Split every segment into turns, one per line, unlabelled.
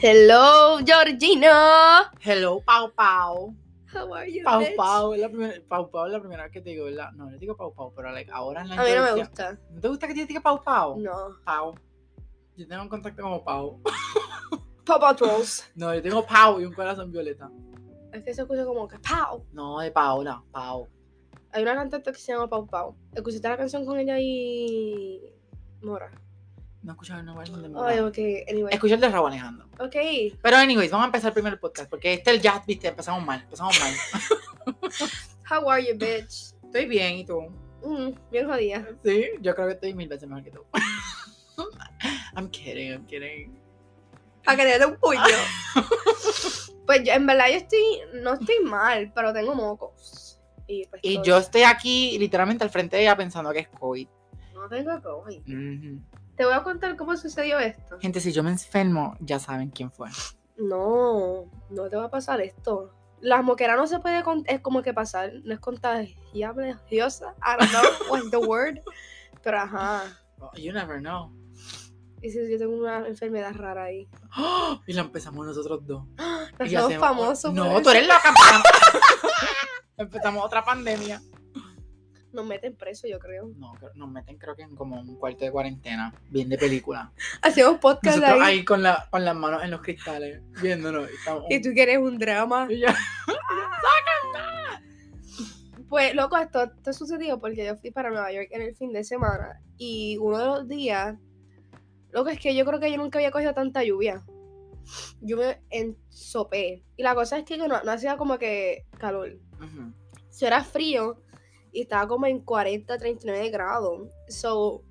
Hello, Georgino.
Hello, Pau Pau.
How are you?
Pau
bitch?
Pau es la primera, Pau Pau es la primera vez que te digo, ¿verdad? No, yo digo Pau Pau, pero like, ahora en la
A mí no me
introducción-
gusta.
¿No te gusta que te diga Pau Pau?
No.
Pau. Yo tengo un contacto como Pau.
Papa Trolls.
No, yo tengo Pau y un corazón violeta.
Es que se escucha como que Pau.
No, de Paola, Pau.
Hay una cantante que se llama Pau Pau. Escuchaste la canción con ella y. Mora.
No escuchaba una versión de
Ay,
Mora.
ok, anyway.
Escuché el de Raúl Alejandro.
Ok.
Pero anyways, vamos a empezar primero el podcast, porque este el jazz, viste, empezamos mal, empezamos mal.
How are you, bitch?
Estoy bien, ¿y tú?
Mm, bien jodida.
Sí, yo creo que estoy mil veces mejor que tú. I'm kidding, I'm kidding.
A que te dé un puño. pues yo, en verdad, yo estoy. No estoy mal, pero tengo mocos. Y, pues,
Y
todo.
yo estoy aquí literalmente al frente de ella pensando que es COVID.
No tengo COVID.
Ujú.
Te voy a contar cómo sucedió esto.
Gente, si yo me enfermo, ya saben quién fue.
No, no te va a pasar esto. Las moqueras no se puede con- es como que pasar, no es contagiosa. I don't know what's the word. Pero ajá.
Oh, You never know.
Y si yo tengo una enfermedad rara ahí.
¡Ah! Y la empezamos nosotros dos.
Nos
Y
hacemos
hacemos-
famosos. por
No,
eso.
tú eres loca. pa- empezamos otra pandemia.
Nos meten preso, yo creo.
No, creo- nos meten creo que en como un cuarto de cuarentena, bien de película.
Hacemos podcast
Nosotros
ahí.
ahí con, la, con las manos en los cristales, viéndonos. Y estamos,
Y tú quieres un drama.
Y yo-
Pues, loco, esto, esto sucedió porque yo fui para Nueva York en el fin de semana. Y uno de los días, loco, es que yo creo que yo nunca había cogido tanta lluvia. Yo me ensopé. Y la cosa es que no, no hacía como que calor.
Ujú.
Si era frío y estaba como en 40, 39 grados. So,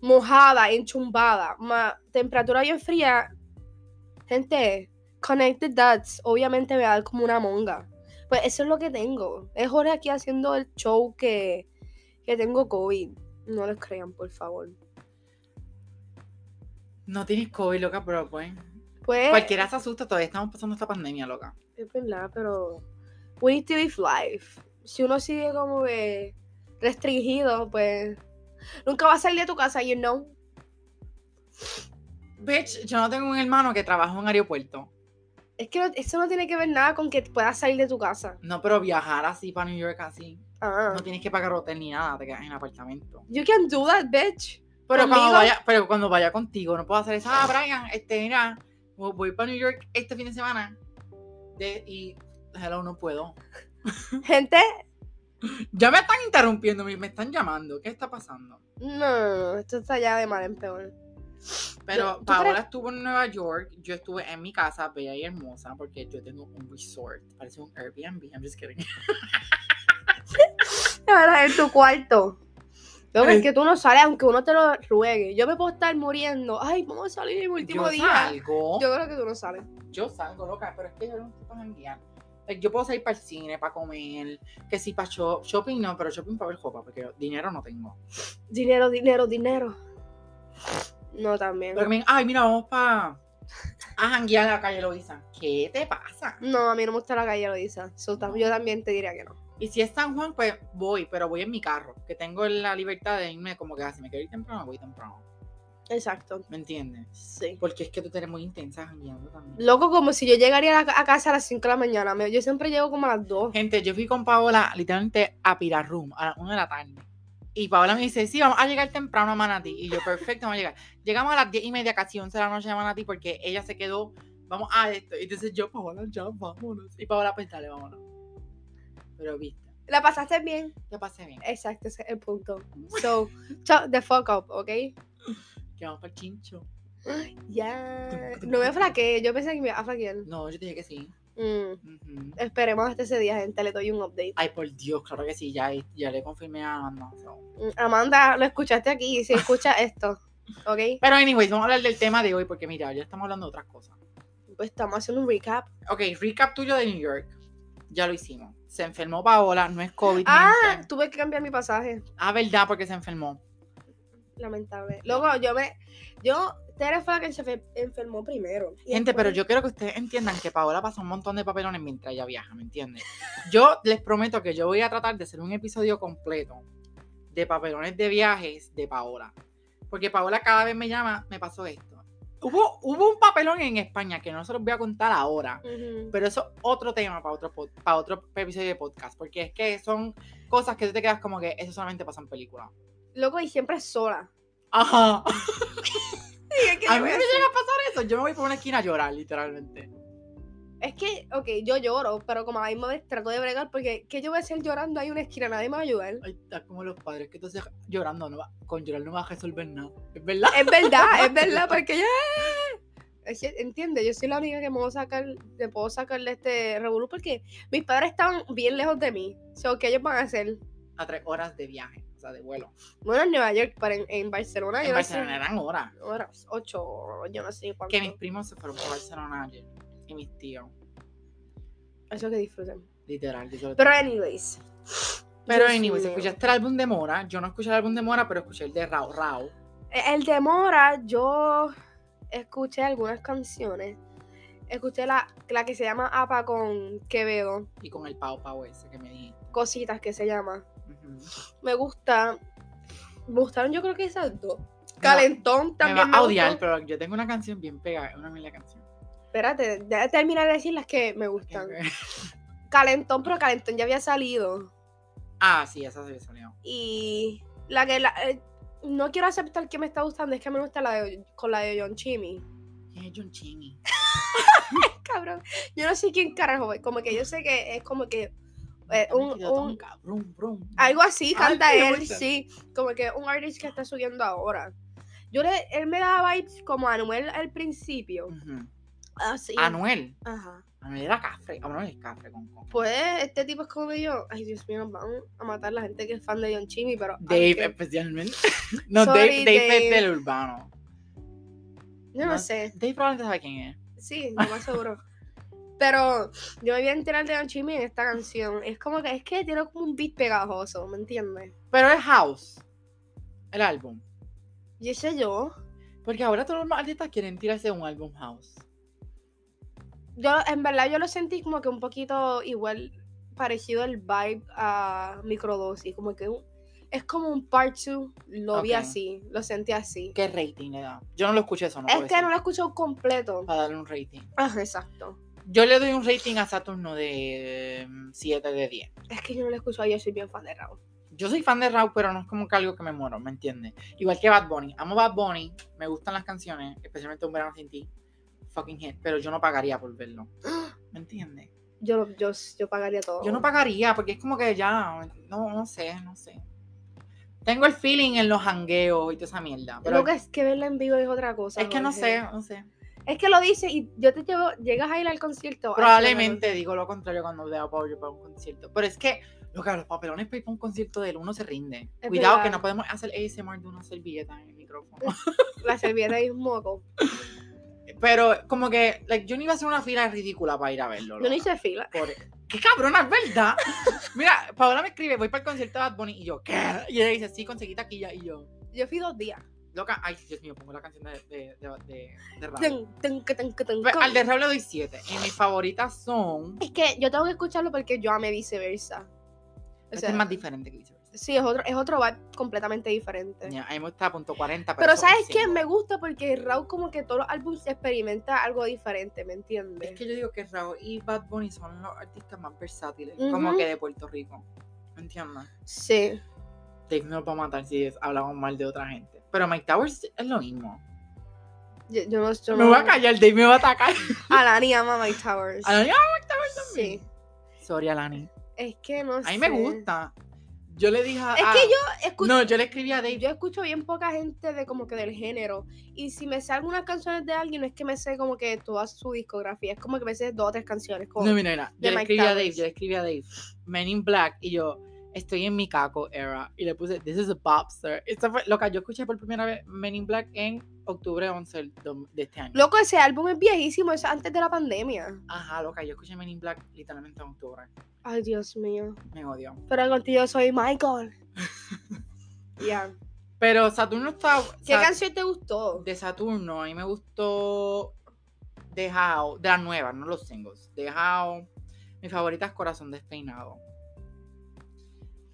mojada, enchumbada, más temperatura bien fría. Gente, connected dots, obviamente me va a dar como una monga. Pues eso es lo que tengo. Es hora aquí haciendo el show que, que tengo COVID. No les crean, por favor.
No tienes COVID, loca, pero pues.
Pues,
Cualquiera se asusta, todavía estamos pasando esta pandemia, loca.
es verdad, pero we need to live life. Si uno sigue como que restringido, pues nunca va a salir de tu casa, you know.
Bitch, yo no tengo un hermano que trabaja en un aeropuerto.
Es que no- eso no tiene que ver nada con que puedas salir de tu casa.
No, pero viajar así para New York así.
Ah.
No tienes que pagar hotel ni nada, te quedas en el apartamento.
You can do that, bitch.
Pero cuando,
¿Conmigo?
vaya, pero cuando vaya contigo, no puedo hacer eso. Ah, Brian, este, mira, vo- voy para New York este fin de semana. De- y, hello, no puedo.
Gente,
Ya me están interrumpiendo, me, me están llamando. ¿Qué está pasando?
no, no, no, esto está ya de mal en peor. Yo-
Pero
¿tú
Paola
crees?
estuvo en Nueva York, yo estuve en mi casa, bella y hermosa, porque yo tengo un resort. Parece un Airbnb, I'm just kidding.
Ahora en tu cuarto. Lo que
Ay.
es que tú no sales aunque uno te lo ruegue. Yo me puedo estar muriendo. Ay, vamos a salir el último
Yo
día.
salgo.
Yo creo que tú no sales.
yo salgo loca, pero es que yo no estoy para janguear. Like, Yo puedo salir para el cine, para comer, que sí, para shopping no, pero shopping para ver jopa, porque yo dinero no tengo.
Dinero, dinero, dinero. No, también.
Pero que me digan, ay, mira, vamos para a janguear a la calle Loiza. ¿Qué te pasa?
No, a mí no me gusta la calle, lo dice. yo también te diría que no.
Y si es San Juan, pues voy, pero voy en mi carro, que tengo la libertad de irme como que ah, si me quiero ir temprano, voy temprano.
Exacto.
¿Me entiendes?
Sí.
Porque es que tú te eres muy intensa jangueando también.
Loco, como si yo llegaría a, la- a casa a las 5 de la mañana. Me- Yo siempre llego como a las 2.
Gente, yo fui con Paola literalmente a Pirarrum a las 1 de la tarde. Y Paola me dice, sí, vamos a llegar temprano a Manatí. Y yo, perfecto, vamos a llegar. Llegamos a las 10 y media, casi 11 de la noche a Manatí, porque ella se quedó, vamos a esto. Y entonces yo, Paola, ya, vámonos. Y Paola, pues dale, vámonos. Pero viste,
¿La pasaste bien?
yo pasé bien.
Exacto, ese es el punto. So, shut the fuck up, ¿ok?
Llegamos para el chincho.
Ya. No me flaqueé, yo pensé que me iba a flaquear.
No, yo te dije que sí.
Mm,
Ujú.
Esperemos hasta ese día, gente. Le doy un update.
Ay, por Dios, claro que sí. Ya, ya le confirmé a Amanda. so.
Mm, Amanda, lo escuchaste aquí. Si escucha esto, ¿ok?
Pero, anyways, vamos a hablar del tema de hoy, porque mira, ya estamos hablando de otras cosas.
Pues estamos haciendo un recap.
Ok, recap tuyo de New York. Ya lo hicimos. Se enfermó Paola, no es COVID.
Ah,
gente.
tuve que cambiar mi pasaje.
ah, verdad, porque se enfermó.
Lamentable. Luego, yo me. Yo. Tere fue la que se fe- enfermó primero. Y
Gente, pero
después-
yo quiero que ustedes entiendan que Paola pasa un montón de papelones mientras ella viaja, ¿me entiendes? Yo les prometo que yo voy a tratar de hacer un episodio completo de papelones de viajes de Paola. Porque Paola cada vez me llama, me pasó esto. Hubo, hubo un papelón en España que no se los voy a contar ahora.
Ujú.
Pero eso es otro tema para otro, pod- para otro episodio de podcast. Porque es que son cosas que tú te quedas como que eso solamente pasa en película.
Loco, y siempre es sola.
Ajá.
Sí, es que,
A mí me llega a pasar eso. Yo me voy por una esquina a llorar, literalmente.
es que, ok, yo lloro, pero como a la misma vez trato de bregar porque ¿qué yo voy a hacer llorando ahí en una esquina? Nadie me va a ayudar.
Ay, está como los padres que entonces llorando, no va- con llorar no vas a resolver nada. Es verdad.
Es verdad, es verdad, porque ya... Es que, Entiende, yo soy la única que me puedo sacar, le puedo sacar de este revolú porque mis padres estaban bien lejos de mí. So, ¿qué ellos van a hacer?
A tres horas de viaje, o sea, de vuelo.
Bueno, en Nueva York, pero en, en Barcelona,
En
yo
Barcelona
no sé.
eran horas.
Horas, ocho, yo no sé cuánto.
Que mis primos se fueron por Barcelona ayer. Y mis tíos.
Eso que disfruten.
Literal, yo solo-
Pero, anyways.
Pero,
Dios
anyways,
mío.
escuchaste el álbum de Mora. Yo no escuché el álbum de Mora, pero escuché el de Rao Rao.
El de Mora, yo escuché algunas canciones. Escuché la, la que se llama APA con Quevedo,
Y con el Pau Pau ese que me dijiste.
Cositas que se llama.
Ujú.
Me gusta. Me gustaron, yo creo que esas dos. Calentón
Me va
también.
a
me
odiar,
gustó.
pero yo tengo una canción bien pegada, una mila canción.
Espérate, déjame terminar de decir las que me gustan. Calentón, pero Calentón ya había salido.
ah, sí, esa se me salió.
Y la que la- eh, no quiero aceptar que me está gustando, es que me gusta la de, con la de John Chimmy.
¿Quién es John Chini?
Cabrón, yo no sé quién carajo es, como que yo sé que es como que eh, un- un-
Brum, brum.
algo así
Ah,
canta
sí, me
él,
gusta.
sí, como que un artist que está subiendo ahora. Yo le, él me daba vibes como a Anuel al principio.
Ujú.
Así.
Anuel.
Ajá.
Anuel era cafre. Anuel es cafre con con.
Pues este tipo es como que yo, ay Dios mío, nos van a matar la gente que es fan de John Chimmy, pero. ay,
Dave,
que-
especialmente. No,
Sorry,
Dave, Dave,
Dave.
es del urbano.
yo no
no-
sé,
Dave probablemente sabe quién es.
sí, lo más seguro. Pero yo me voy a enterar de John Chimmy en esta canción. Es como que, es que tiene como un beat pegajoso, ¿me entiendes?
Pero es House. El álbum.
Y ese yo,
Porque ahora todos los artistas quieren tirarse un álbum House.
yo en verdad yo lo sentí como que un poquito igual parecido el vibe a microdosis, como que un- es como un part two, lo vi
Ok.
así, lo sentí así.
¿Qué rating le da? Yo no lo escuché eso, no
es
puede
que
ser,
no lo escucho completo.
Para darle un rating.
Ajá, exacto.
Yo le doy un rating a Saturno de 7 de 10.
Es que yo no lo escucho, yo soy bien fan de Raúl.
Yo soy fan de Raúl, pero no es como que algo que me muero, ¿me entiendes? Igual que Bad Bunny. Amo Bad Bunny, me gustan las canciones, especialmente Un Verano Sin Ti, fucking hit, pero yo no pagaría por verlo. ¿Me entiendes?
Yo, lo- yo, yo pagaría todo.
Yo no pagaría porque es como que ya, no, no sé, no sé. Tengo el feeling en los hangueos y toda esa mierda. Pero
Lo que es que verla en vivo es otra cosa.
es que no
Jorge.
sé, no sé.
Es que lo dice y yo te llevo, llegas a ir al concierto. ay,
Probablemente digo lo contrario cuando veo a Pablo para un concierto. Pero es que, lo que los papelones para ir para un concierto de él, uno se rinde.
Es
Cuidado que
verdad.
no podemos hacer ASMR de una servilleta en el micrófono.
cabrón, La servilleta es un moco.
Pero como que like, yo no iba a hacer una fila ridícula para ir a verlo.
Yo no
loca.
hice fila.
Por- ¡Qué cabrona, es verdad! Mira, Paola me escribe, voy para el concierto de Bad Bunny y yo, ¿qué? Y ella dice, sí, conseguí taquilla. Y yo,
Yo fui dos días.
loca, ay, Dios mío, pongo la canción de, de, de, de- de Raúl.
Tun, tun, que tun, que tun,
Pues,
con.
Al de Raúl le doy 7. Y mis favoritas son.
Es que yo tengo que escucharlo porque yo amé viceversa. O
Este
sea,
es más diferente que viceversa.
Sí, es otro, es otro vibe completamente diferente.
Ya, A mí me gusta punto 40.
Eh. Pero
eso es un
¿sabes qué?
single.
Me gusta porque Raúl como que todos los álbumes experimenta algo diferente, ¿me
Es
entiendes?
que yo digo que Raúl y Bad Bunny son los artistas más versátiles, como
Ujú.
que de Puerto Rico. ¿Me entiendes?
Sí.
Dave nos va a matar si es- hablamos mal de otra gente. Pero Mike Towers es lo mismo.
Yo, yo no yo
me
no-
voy a callar, Dave me va a atacar.
Alani ama My Towers.
Alani,
Sí.
Sorry, Alani.
Es que no sé.
A mí me gusta. Yo le dije a.
Es que yo escucho,
No, yo le escribí a Dave.
yo escucho bien poca gente de como que del género. Y si me sé algunas canciones de alguien, no es que me sé como que toda su discografía. Es como que me sé dos o tres canciones. Como,
No, mira, mira.
de
Yo le
Mike
escribí a Dave,
Towers.
yo le escribí a Dave. Men in Black y yo. Estoy en mi caco era. Y le puse, this is a bobster. Esto fue lo que yo escuché por primera vez Men in Black en octubre 11 del dom- de este año.
Loco, ese álbum es viejísimo, es antes de la pandemia.
Ajá, loca, yo escuché Men in Black literalmente en octubre.
Ay, Dios mío.
Me odio.
Pero contigo soy Michael. Ya.
Pero Saturno está.
¿Qué
Sa-
canción te gustó?
de Saturno, a mí me gustó de How, de la nueva, no los singles. De How, mi favorita es Corazón Despeinado.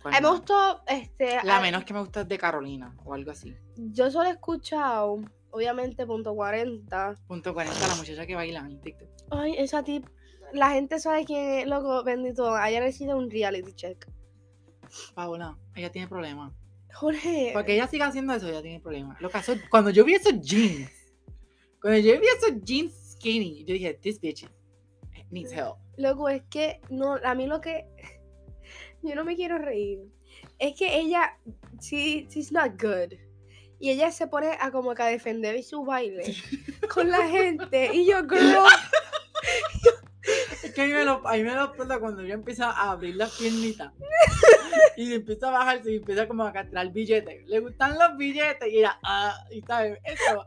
¿Cuál
A mí me
más?
gustó, este...
La
a-
menos que me gusta es de Carolina o algo así.
Yo solo he escuchado obviamente punto 40.
Punto 40, la muchacha que baila en TikTok.
Ay, esa tip. La gente sabe quién es, loco, bendito. Ayer recibido un reality check.
Paola, ella tiene problemas.
Jorge.
Porque ella siga haciendo eso, ella tiene problemas. Lo que hace- cuando yo vi esos jeans, cuando yo vi esos jeans skinny, yo dije, this bitch needs help.
Loco, es que no, a mí lo que. Yo no me quiero reír. Es que ella. Sí, she's not good. Y ella se pone a como que a defender su baile con la gente. Y yo, girl.
Es que a mí me lo, a mí me lo explota cuando ella empieza a abrir las piernitas y empieza a bajarse y empieza como a castrar billetes. Le gustan los billetes y ella, ah, y sabe, eso.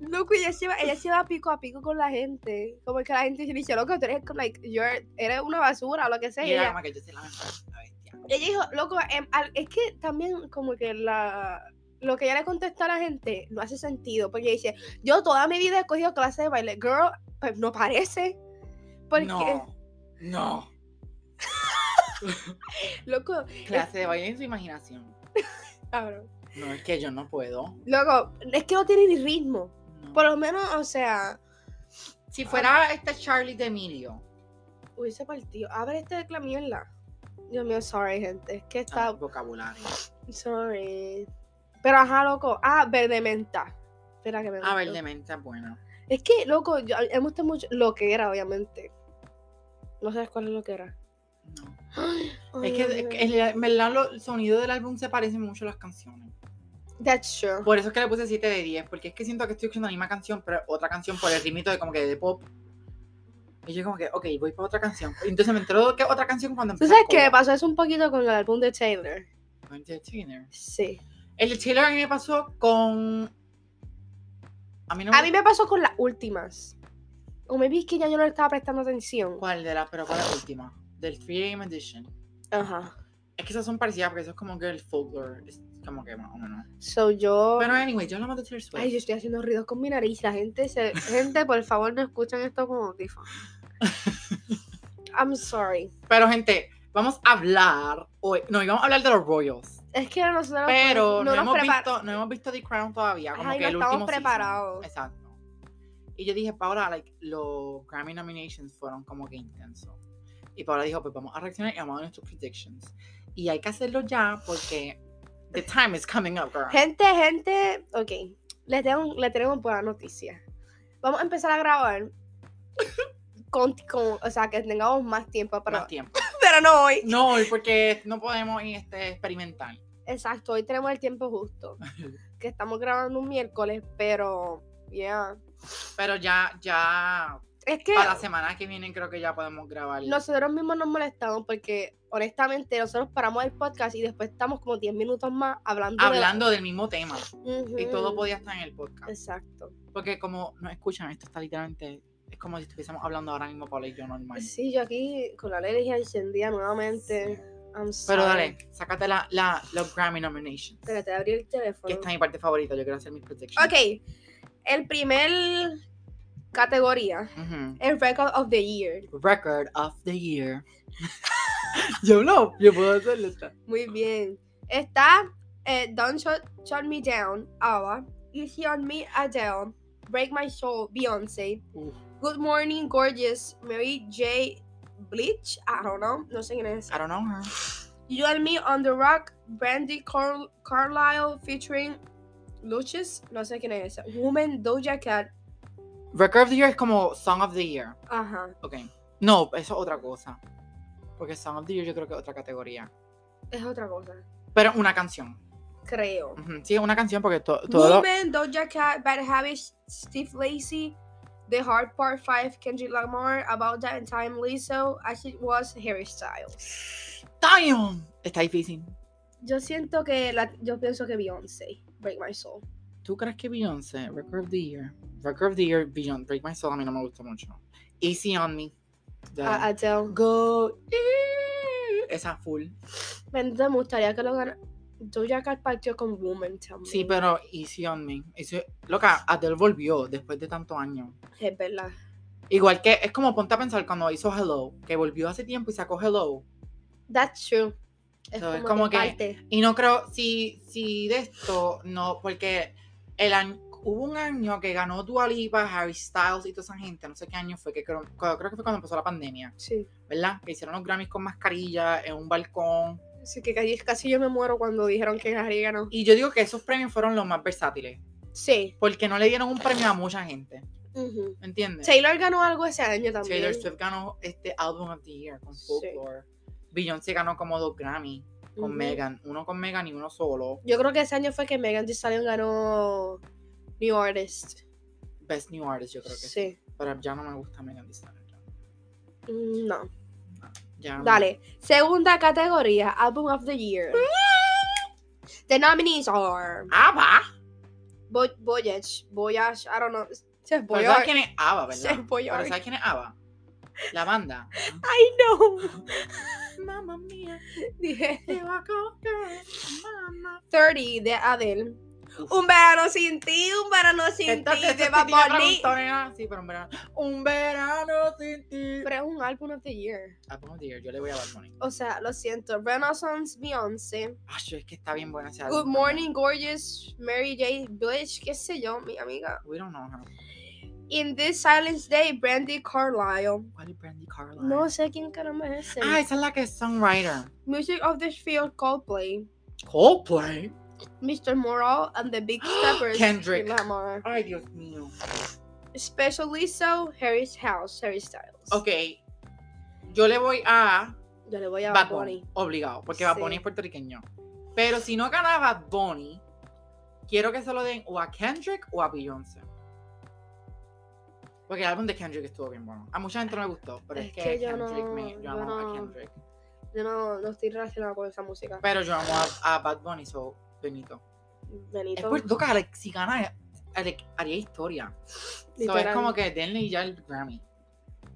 Loco, ella se, va, ella se va pico a pico con la gente. Como que la gente se dice, loco, tú eres, como, like, you're- eres una basura o lo que sea.
Y
Y
ella
ella,
como que yo soy la mejor, la bestia.
ella dijo, loco, em, al- es que también como que la... Lo que ella le contesta a la gente no hace sentido, porque dice, yo toda mi vida he cogido clases de baile. Girl, pues no parece. Porque,
No, no.
loco,
Clase de baile en su imaginación.
cabrón,
No, es que yo no puedo.
loco, es que no tiene ni ritmo.
No.
Por Ah. lo menos, o sea,
si fuera esta Charlie D'Amelio,
hubiese partido. Abre este de la mierda. Dios mío, sorry, gente. Es que
ah,
está...
vocabulario.
Sorry. Pero ajá, loco. Ah, verde menta. Espera que me
A ver,
meto.
Ah, de menta bueno.
Es que, loco, yo, a mí me gusta mucho lo que era, obviamente. No sabes cuál es lo que era.
No. Es que, es que en la- en verdad lo- el sonido del álbum se parece mucho a las canciones.
That's true.
Por eso es que le puse 7 de 10, porque es que siento que estoy escuchando la misma canción, pero otra canción por el ritmito de como que de pop. Y yo como que, ok, voy para otra canción. Entonces me entró que otra canción cuando
¿Tú
empezó.
sabes
el
qué me
coro.
pasó eso un poquito con el álbum de Taylor?
El de Taylor.
Sí.
El de Taylor a mí me pasó con... A mí no
A mí me pasó con las últimas. O me vi que ya yo no le estaba prestando atención.
¿Cuál de la, pero cuál es la última? Del 3 Game Edition.
Ajá.
Es que esas son parecidas porque eso es como que el folklore. Es como que más o menos.
So yo.
Pero anyway, yo hablamos de Taylor Swift.
Ay, yo estoy haciendo ruidos con mi nariz. La gente, se... gente, por favor, no escuchen esto con audífonos. I'm sorry.
Pero gente, vamos a hablar hoy. No, íbamos a hablar de los Royals.
Es que nosotros pues,
Pero no, hemos,
prepar-
visto, no hemos visto The Crown todavía. Como
Ay,
que
no
el
estamos
último season.
preparados.
Exacto. Y yo dije, Paola, like, los Grammy nominations fueron como que intensos. Y Paola dijo, pues vamos a reaccionar y vamos a nuestros predictions. Y hay que hacerlo ya porque the time is coming up, girl.
Gente, gente, ok. Les tengo, les tenemos buena noticia. Vamos a empezar a grabar. Con, con- o sea, que tengamos más tiempo, pero,
Más tiempo.
pero no hoy.
No, hoy porque no podemos este, experimentar.
Exacto, hoy tenemos el tiempo justo. Que estamos grabando un miércoles, pero. Yeah.
Pero ya, ya,
Es que
para la semana que viene creo que ya podemos grabar.
nosotros mismos nos molestamos porque, honestamente, nosotros paramos el podcast y después estamos como 10 minutos más hablando. de-
hablando del mismo tema. Y todo
Ujú.
podía estar en el podcast.
Exacto.
Porque como nos escuchan, esto está literalmente, es como si estuviésemos hablando ahora mismo Paula y yo normal.
Sí, yo aquí con la alergia encendida nuevamente. I'm sorry.
Pero dale, sácate la, la, los Grammy nominations.
Espérate, abrí el
Que
teléfono.
esta es mi parte favorita, yo quiero hacer mis predictions.
Ok, el primer categoría,
Ujú.
el Record of the Year.
Record of the year. yo no, yo puedo hacerlo. está.
Muy bien. Está eh, Don't Shut, Shut Me Down, ABBA, Easy on Me, Adele, Break My Soul, Beyoncé,
Uf.
Good Morning, Gorgeous, Mary J. Bleach, I don't know, no sé quién es.
I don't know her.
You and Me on the Rock, Brandy Car- Carlisle featuring Luches, no sé quién es. Woman, Doja Cat,
Record of the year es como Song of the year.
ajá.
Ok. No, eso es otra cosa. Porque Song of the Year yo creo que es otra categoría.
Es otra cosa,
Pero una canción.
creo.
Ujú, Sí, una canción porque to- todo.
Movement, Doja Cat, Bad Habits, Steve Lacey, The Hard Part 5, Kendrick Lamar, About That in Time, Lizzo, As It Was, Harry Styles.
Damn, Está difícil.
Yo siento que, la- yo pienso que Beyoncé, Break My Soul.
¿Tú crees que Beyoncé? Record of the Year. Record of the Year, Beyoncé. Break My Soul a mí no me gusta mucho. Easy on Me. de-
A- Adele.
Go. eh, Esa full.
Bendito, me gustaría que lo ganara. Doja Cat partió con Woman también.
Sí, pero Easy on Me. Eso, loca, Adele volvió después de tantos años.
Es verdad.
Igual que es como ponte a pensar cuando hizo Hello, que volvió hace tiempo y sacó Hello.
That's true.
So, es como que-
parte.
Y no creo, si, si de esto, no, porque el an- hubo un año que ganó Dua Lipa, Harry Styles y toda esa gente, no sé qué año fue, que creo, creo que fue cuando empezó la pandemia,
Sí.
¿verdad? Que hicieron los Grammys con mascarilla, en un balcón.
Así que casi, casi yo me muero cuando dijeron que Harry ganó.
Y yo digo que esos premios fueron los más versátiles,
Sí.
porque no le dieron un premio a mucha gente,
ujú.
¿me entiendes?
Taylor ganó algo ese año también.
Taylor Swift ganó este Album of the Year con
Sí.
Folklore. Beyoncé ganó como dos Grammy con
Ujú.
Megan, uno con Megan y uno solo.
Yo creo que ese año fue que Megan Thee Stallion ganó New Artist.
Best New Artist, yo creo que sí.
Sí.
Pero ya no me gusta Megan Thee Stallion.
Mm, No.
Ya Ah, no.
Dale. Segunda categoría, Album of the Year. The nominees are
ABBA.
Bo- Voyage, Voyage, I don't know. Se
Pero
voy
¿Sabes quién es ABBA,
Se
verdad? Pero ¿sabes quién es ABBA? La banda.
I know.
Mamma mía,
Dije,
te va a coger, mamá.
30 de Adele.
Uf.
Un verano sin ti, un verano sin
Esta-
ti
esta
de
es
Bad
Titi Capra
Bunny.
Montonera, ah, Sí, pero un verano. Un verano sin ti.
Pero es un álbum of the year.
Ah, pues, dear, yo le voy a Bad Bunny.
O sea, lo siento. Renaissance Beyoncé.
Ay, es que está bien buena esa.
Good Morning Gorgeous Mary J. Blige, qué sé yo, mi amiga.
We don't know her.
In This Silence Day, Brandy Carlisle.
¿Cuál es Brandy Carlisle?
No sé quién caramba es ese.
Ah, esa es la que es songwriter.
Music of the Field, Coldplay.
Coldplay.
Mr. Moral and the Big Steppers.
Kendrick.
Lamar.
Ay, Dios mío.
Especially so, Harry's House, Harry Styles.
Ok. Yo le voy a
Yo le voy a
Bad
Bad
Bunny.
Bunny.
Obligado, porque Bad
Sí.
Bunny es puertorriqueño. Pero si no gana Bad Bunny, quiero que se lo den o a Kendrick o a Beyoncé. Porque el álbum de Kendrick estuvo bien bueno. A mucha gente no le gustó, pero es,
Es
que,
que yo
Kendrick me-
no-
yo
yo
amo a
no.
Kendrick.
Yo no, no estoy relacionada con esa música.
Pero yo amo a, a Bad Bunny, so Benito. Es
Benito.
Puerto Rico, Alex, si gana, Alex, haría historia. So, es
literal.
como que denle ya el Grammy.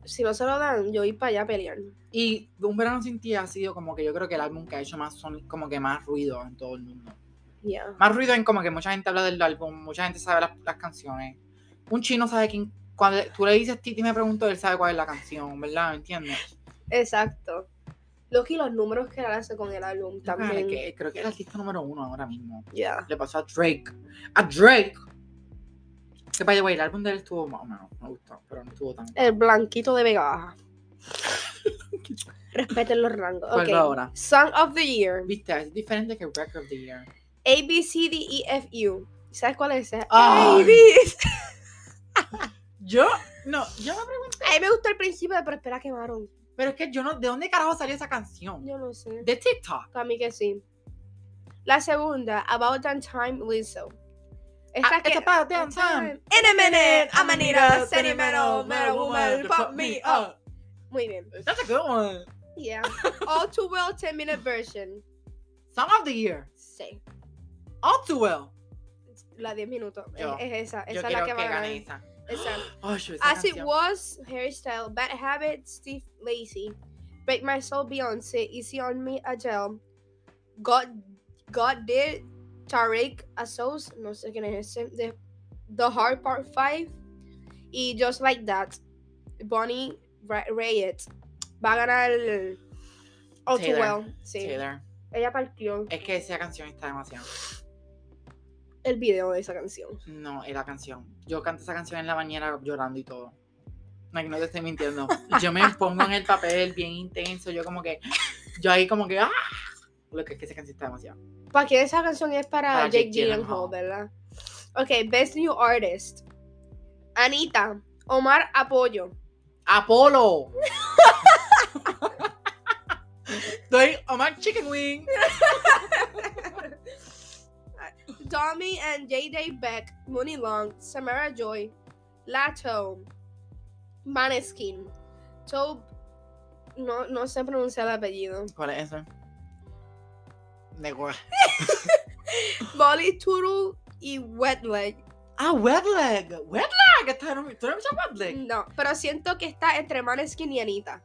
Si no se lo dan, yo ir para allá a pelear.
Y Un Verano Sin Ti ha sido como que yo creo que el álbum que ha hecho más son, como que más ruido en todo el mundo.
Yeah.
Más ruido en como que mucha gente habla del álbum, mucha gente sabe las, las canciones. Un chino sabe quién. Cuando tú le dices Titi me preguntó, él sabe cuál es la canción, ¿verdad? ¿Me entiendes?
Exacto. Lo que los números que él hace con el álbum
Yo creo
también.
que- creo que es el artista número uno ahora mismo.
Yeah.
Le pasó a Drake. A Drake. Que by the way, el álbum de él estuvo más o menos. Me gustó, pero no estuvo tan.
El blanquito de Vega Baja. Respeten los rangos.
¿Cuál
Ok.
va ahora?
Song of the Year.
Viste, es diferente que Record of the Year.
A, B, C, D, E, F, U. ¿Sabes cuál es ese?
Ay.
A, B, C.
Yo, no, yo me pregunto.
A mí me gustó el principio, pero espera quemaron.
Pero es que yo no, ¿de dónde carajo salió esa canción?
Yo no sé.
De TikTok.
Para mí que sí. La segunda, About That Time, Lizzo. Esta
Ah,
que...
it's about damn time.
In a minute, I'm gonna need a sentimental man, woman, to pop me up. Muy bien.
That's a good one.
Yeah. All Too Well 10 Minute Version.
Song of the year.
Sí.
All too well.
La 10 minutos. Es-
Yo-
Es, esa. Esa es la que va a ganar.
esa.
Esa.
Ay, yo, esa
As It
canción.
Was, Harry Styles, Bad Habit, Steve Lacy, Break My Soul, Beyonce, Easy on Me, Adele, God, God Did, Tariq Asos, no sé quién es ese, The, The Hard Part 5, y Just Like That, Bonnie Ra- Raitt. Va a ganar el Oh Too
Taylor.
Well. Sí.
Taylor.
Ella partió
Es que esa canción está demasiado.
el video de esa canción.
No, es la canción. Yo canto esa canción en la bañera llorando y todo. Like, no te estoy mintiendo. Yo me pongo en el papel bien intenso. Yo como que. Yo ahí como que. ¡Ah! Lo que es que esa canción está demasiado.
¿Para qué esa canción es para,
Para
Jake
Jake Gyllenhaal.
Gyllenhaal, verdad? Ok, Best New Artist. Anita, Omar Apoyo.
¡Apolo! Doy Omar Chicken Wing.
Tommy and J.J. Beck, Mooney Long, Samara Joy, Lato, Maneskin, Tob... No, no sé pronunciar el apellido.
¿Cuál es eso? Negua.
Molly Turu y Wetleg.
Ah, Wetleg. Wetleg. Está en un- ¿Tú no has visto Wetleg?
No, pero siento que está entre Maneskin y Anita.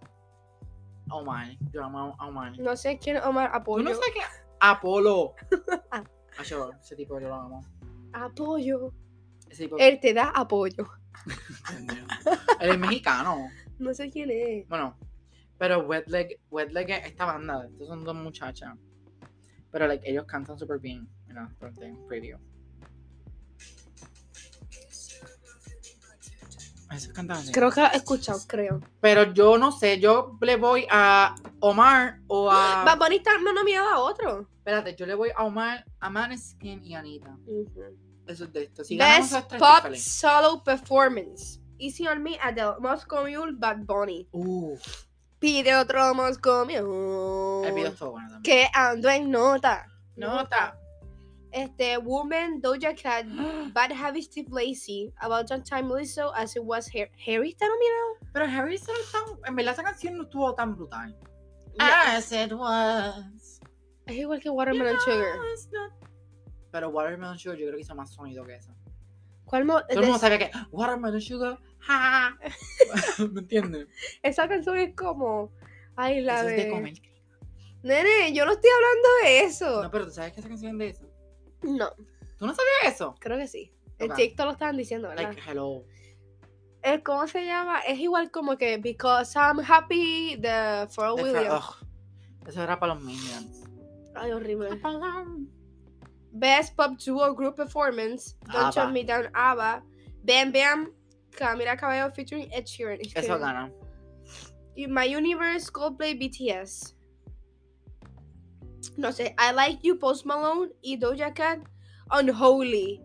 Oh my. Yo amo a Omar.
No sé quién es Omar
Tú
Apoyo.
no sabes qué. Apolo. Ay, yo, ese tipo yo lo amo.
Apoyo.
Ese tipo.
Él te da apoyo.
Él es mexicano.
No sé quién es.
Bueno, pero Wetleg, Wetleg es esta banda. Estos son dos muchachas. Pero like, ellos cantan súper bien. Mira, por el preview. Eso es cantante.
Creo que la he escuchado, creo.
Pero yo no sé, yo le voy a Omar o a.
Bad Bunny está nominado a otro.
Espérate, yo le voy a Omar, a Maneskin y a Anita. Eso es de esto. Si ganamos este
Best
esos tres, estoy
Pop
feliz.
Solo Performance. Easy on Me, Adele. Moscow Mule, Bad Bunny.
Uh,
Pide otro Moscow
el video
Mule.
estuvo bueno también.
Que ando en nota.
Nota.
Este, Woman, Doja Cat, Bad Habits, Steve Lacey, About That Time, Lizzo, As It Was Her. Harry está nominado.
Pero Harry Styles tan- en verdad esa canción no estuvo tan brutal.
Yeah.
As it was.
Es igual que
you
Watermelon
know
Sugar.
it's not- Pero Watermelon Sugar yo creo que hizo más sonido que eso.
¿Cuál mo-
Todo el mundo sabía que Watermelon Sugar, jaja. ¿Me entiendes?
Esa canción es como. Ay, la
Eso es de
de-
comer.
Nene, yo no estoy hablando de
No,
eso.
pero tú sabes que esa canción es de eso.
No,
¿Tú no sabías eso?
creo que sí. En
Ok.
TikTok lo estaban diciendo, ¿verdad?
Like, hello.
Eh, ¿Cómo se llama? Es igual como que Because I'm Happy de Pharrell
Like,
Williams.
ugh. Eso era para los minions.
Ay, horrible.
Para los-
Best Pop Duo Group Performance. Don't
ABBA.
Shut Me Down, ABBA. Bam Bam, Camila Cabello featuring Ed Sheeran. Es
Eso
que-
gana.
Y My Universe, Coldplay, BTS. No sé, I Like You, Post Malone y Doja Cat, Unholy.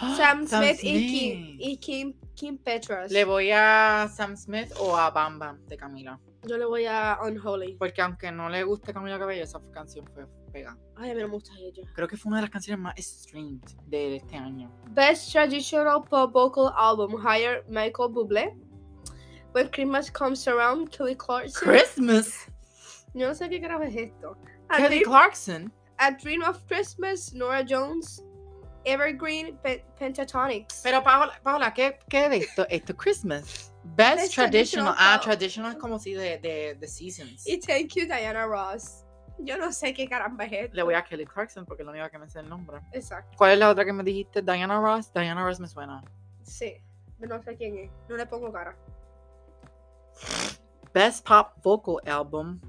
Sam, Smith, y, Kim, y Kim, Kim Petras.
Le voy a Sam Smith o a Bam Bam de Camila.
Yo le voy a Unholy.
Porque aunque no le guste Camila Cabello, esa canción fue pegada.
Ay, a mí no me gusta ella.
Creo que fue una de las canciones más streamed de este año.
Best Traditional Pop Vocal Album, Hire Michael Bublé. When Christmas Comes Around, Kelly Clarkson.
Christmas.
Yo no sé qué carajo es esto. A
Kelly
Dream,
Clarkson.
A Dream of Christmas, Nora Jones. Evergreen, Pe- Pentatonics.
Pero Paola, Paola ¿qué, ¿qué de esto? Esto es Christmas. Best,
Best
traditional.
traditional
Ah,
pop.
traditional es como si de, de, de seasons.
Y Thank You, Diana Ross. Yo no sé qué caramba es esto.
Le voy a Kelly Clarkson porque es la única que me sé el nombre.
Exacto,
¿Cuál es la otra que me dijiste? Diana Ross. Diana Ross me suena.
sí. No sé quién es. No le pongo cara.
Best Pop Vocal Album.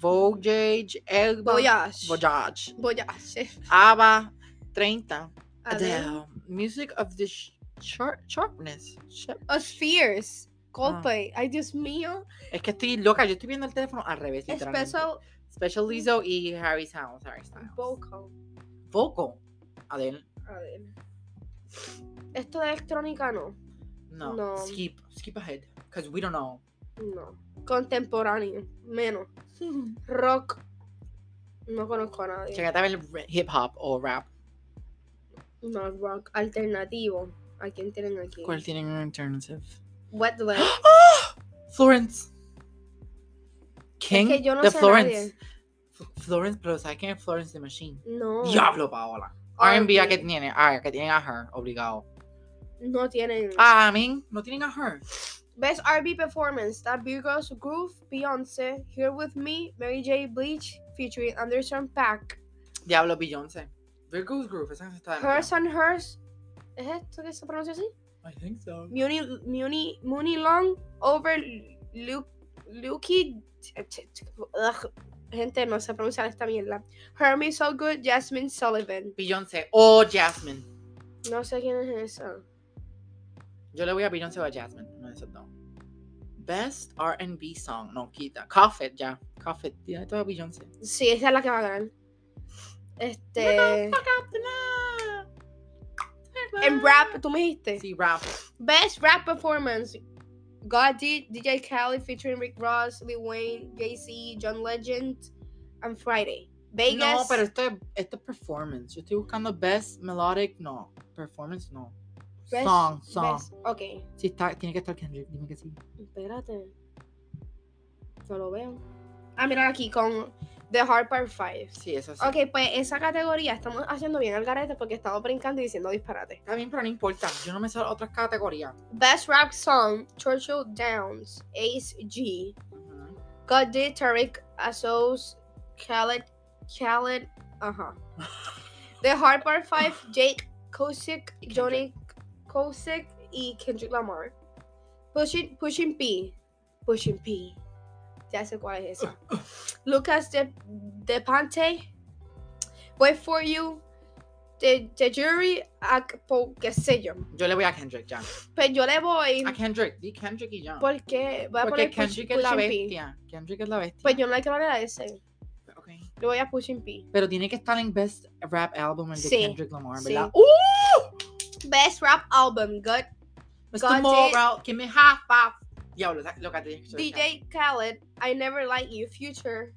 Voyage, Elba.
Voyage.
Voyage.
Voyage.
ABBA 30.
Adele.
Adele. Music of the sh- Sharp- Sharpness. Sharp-
Oh, Spheres.
Ah.
Coldplay. Ay, Dios mío.
Es que estoy loca, yo estoy viendo el teléfono al revés. literalmente.
Special
Special Lizzo y Harry Styles. Harry Styles.
vocal.
Vocal. Adele.
A ver. Esto de electrónica no.
No.
No.
Skip. Skip ahead. Because we don't know.
No. Contemporáneo. Menos. Rock. No conozco a nadie.
Checate a ver re- hip hop o rap.
No, rock. Alternativo. ¿A quién tienen aquí?
¿Cuál tienen un alternative?
Wetland.
Florence. King.
es que yo no
de
sé a
Florence.
nadie.
F- Florence, pero ¿sabes quién es Florence the Machine?
No.
Diablo, Paola.
R&B.
R&B a que tiene. Ah, que tienen a her. Obligado.
No tienen.
Ah, I mean, no tienen a her.
Best R&B performance: That Virgo's Groove, Beyoncé, Here with Me, Mary J. Blige featuring Anderson Pack,
Diablo Beyoncé. Virgo's Groove, esa está de
Hers and Hers. ¿Es esto que se pronuncia así?
I think so.
Muni, Muni, Muni Long over Lu- Luki. Ugh, Gente, no se pronuncia esta mierda. Hermie So Good, Jasmine Sullivan.
Beyoncé o Jasmine.
No sé quién es esa.
Yo le voy a Beyoncé o a Jasmine. No, eso no. Best R&B song. No, quita. Cough it, ya. Cough it. Dile todo a Beyoncé.
Sí, esa es la que va a ganar. Este. En rap, ¿tú me dijiste?
Sí, rap.
Best rap performance. God did DJ Khaled featuring Rick Ross, Lil Wayne, Jay Z, John Legend, and Friday. Vegas.
No, pero esto es, esto es performance. Yo estoy buscando best melodic. No. Performance, no.
Best-
song, song.
best- Ok,
Sí, está, tiene que estar Kendrick. Dime que sí.
espérate. No lo veo. Ah, mira aquí con The Hard Part 5.
Sí, eso sí.
Ok, pues esa categoría estamos haciendo bien al garete porque estamos brincando y diciendo disparate.
Está bien, pero no importa. Yo no me sé otras categorías.
Best rap song, Churchill Downs, Ace G.
Ujú.
God did Tariq Asos Khaled Khaled uh-huh. The Hard Part 5 Jake Kosick
Y Kendrick.
Johnny Kosick y Kendrick Lamar. Pushing Pushing P. Pushing P. Ya sé cuál es esa. Lucas De DePonte Wait for you de, de Jury a po- qué sé yo.
Yo le voy a Kendrick ya.
Pues yo le voy
A Kendrick, di Kendrick y ya.
eh, porque voy a
Porque
poner Push-
Kendrick es la
Pushing P.
bestia. Kendrick es la bestia.
Pues yo no le quiero dar a ese.
Ok.
Le voy a Pushing P.
Pero tiene que estar en Best Rap Album el de
Sí,
Kendrick Lamar,
sí.
¿verdad? ¡Uh!
Best Rap Album, Good.
Mr.
Got
Moral, give me half five. Diablo, esa- lo que te dije.
DJ Khaled, I Never Like You, Future.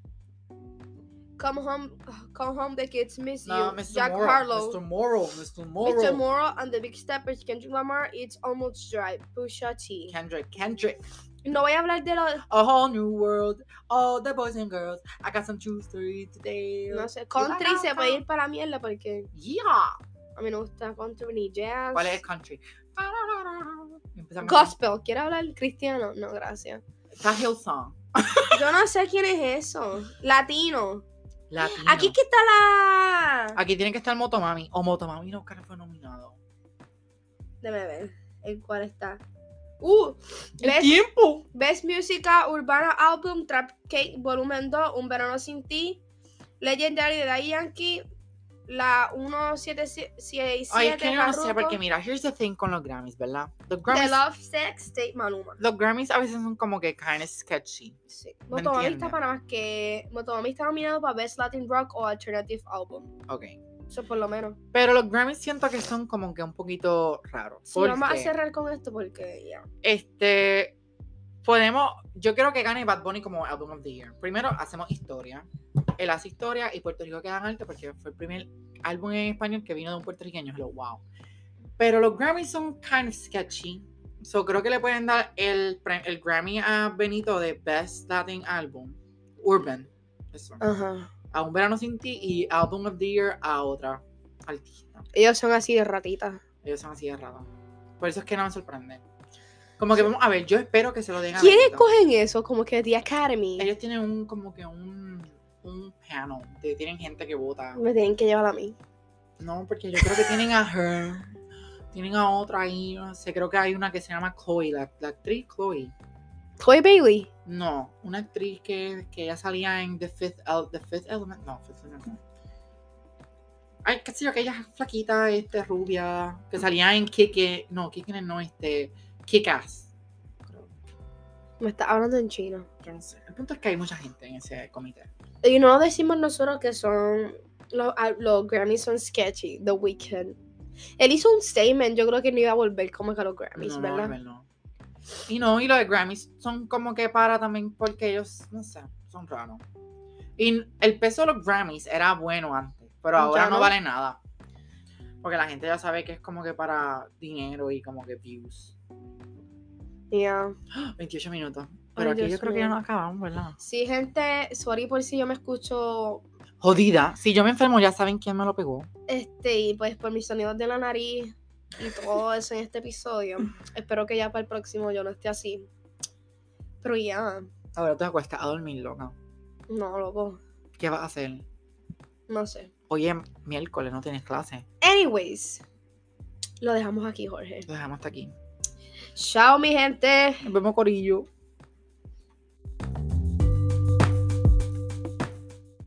Come home, come home, the kids miss
No,
you.
Mr.
Jack
Moral,
Harlow,
Mr. Moral, Mr. Moral.
Mr. Moral, and the Big Steppers, Kendrick Lamar, It's Almost Dry, Pusha T.
Kendrick, Kendrick.
No voy a hablar de los,
A whole new world. All the boys and girls. I got some juice to eat today.
no sé, country se puede ir para la mierda porque
Yeah.
a mí no me gusta country ni jazz.
¿Cuál es el country? Empezamos con-
Gospel, ¿quiere hablar cristiano? No, gracias.
Está Hillsong.
Yo no sé quién es eso. Latino.
Latino.
Aquí es que está la...
Aquí tiene que estar Motomami. O Motomami no cara fue nominado.
Déjame ver en cuál está. Uh, Best
tiempo!
Best Música Urbana Album Trap Cake Volumen 2 Un Verano Sin Ti Legendary de Daddy Yankee La 1767
Ay, es que yo no sé,
Farruko,
porque mira, here's the thing con los Grammys, ¿verdad? Los
The
Grammys,
Love Sex State Maluma
los Grammys a veces son como que kind of sketchy.
sí.
Me
Motomami
entiendo.
está para más que Motomami está nominado para Best Latin Rock o Alternative Album
Ok.
Eso por lo menos
Pero los Grammys siento que son como que un poquito raros.
Sí, vamos a
porque,
cerrar con esto porque ya
Este, podemos, yo creo que gane Bad Bunny como Album of the Year. Primero hacemos historia. Él hace historia y Puerto Rico queda en alto porque fue el primer álbum en español que vino de un puertorriqueño. Hello, wow. Pero los Grammys son kind of sketchy. So creo que le pueden dar el, pre- el Grammy a Benito de Best Latin Album. Urban. Eso.
Ajá
A Un Verano Sin Ti y Album of the Year a otra artista.
Ellos son así de ratitas
Ellos son así de raros. Por eso es que no me sorprende. Como que vamos a ver, yo espero que se lo den a
¿Quiénes
Benito.
cogen eso? Como que The Academy
Ellos tienen un como que un, un panel. de- tienen gente que vota.
Me tienen que llevar a mí
No, porque yo creo que tienen a her. Tienen a otra ahí. No sé, creo que hay una que se llama Chloe, la, la actriz Chloe.
Chloe Bailey
No, una actriz que, que ya salía en The Fifth, El- The Fifth Element. No, Fifth Element. no. Ay, qué sé yo, que ella es flaquita, este, rubia. Que salía en Kick No, Kick no, este. Kick Ass.
Me está hablando en chino
Yo no sé. El punto es que hay mucha gente en ese comité.
Y no decimos nosotros que son. Los, ah, los Grammys son sketchy, The Weeknd. Él hizo un statement, yo creo que no iba a volver como que a los Grammys,
No, no,
¿verdad?
Albert, no. Y no, y los de Grammys son como que para también porque ellos, no sé, son raros. Y el peso de los Grammys era bueno antes, pero
Ya
ahora no,
no.
vale nada. Porque la gente ya sabe que es como que para dinero y como que views.
Yeah.
28 minutos. Pero aquí
Dios
yo creo que ya
mío.
no acabamos, ¿verdad?
Sí, gente, sorry por si yo me escucho.
Jodida. Si yo me enfermo, ya saben quién me lo pegó.
Este, y pues por mis sonidos de la nariz y todo eso en este episodio. Espero que ya para el próximo yo no esté así. Pero ya,
Ahora te acuestas a dormir, loca.
no, loco,
¿Qué vas a hacer?
no sé.
Hoy es miércoles, no tienes clase.
Anyways, lo dejamos aquí, Jorge.
Lo dejamos hasta aquí.
Chao, mi gente.
Nos vemos, Corillo.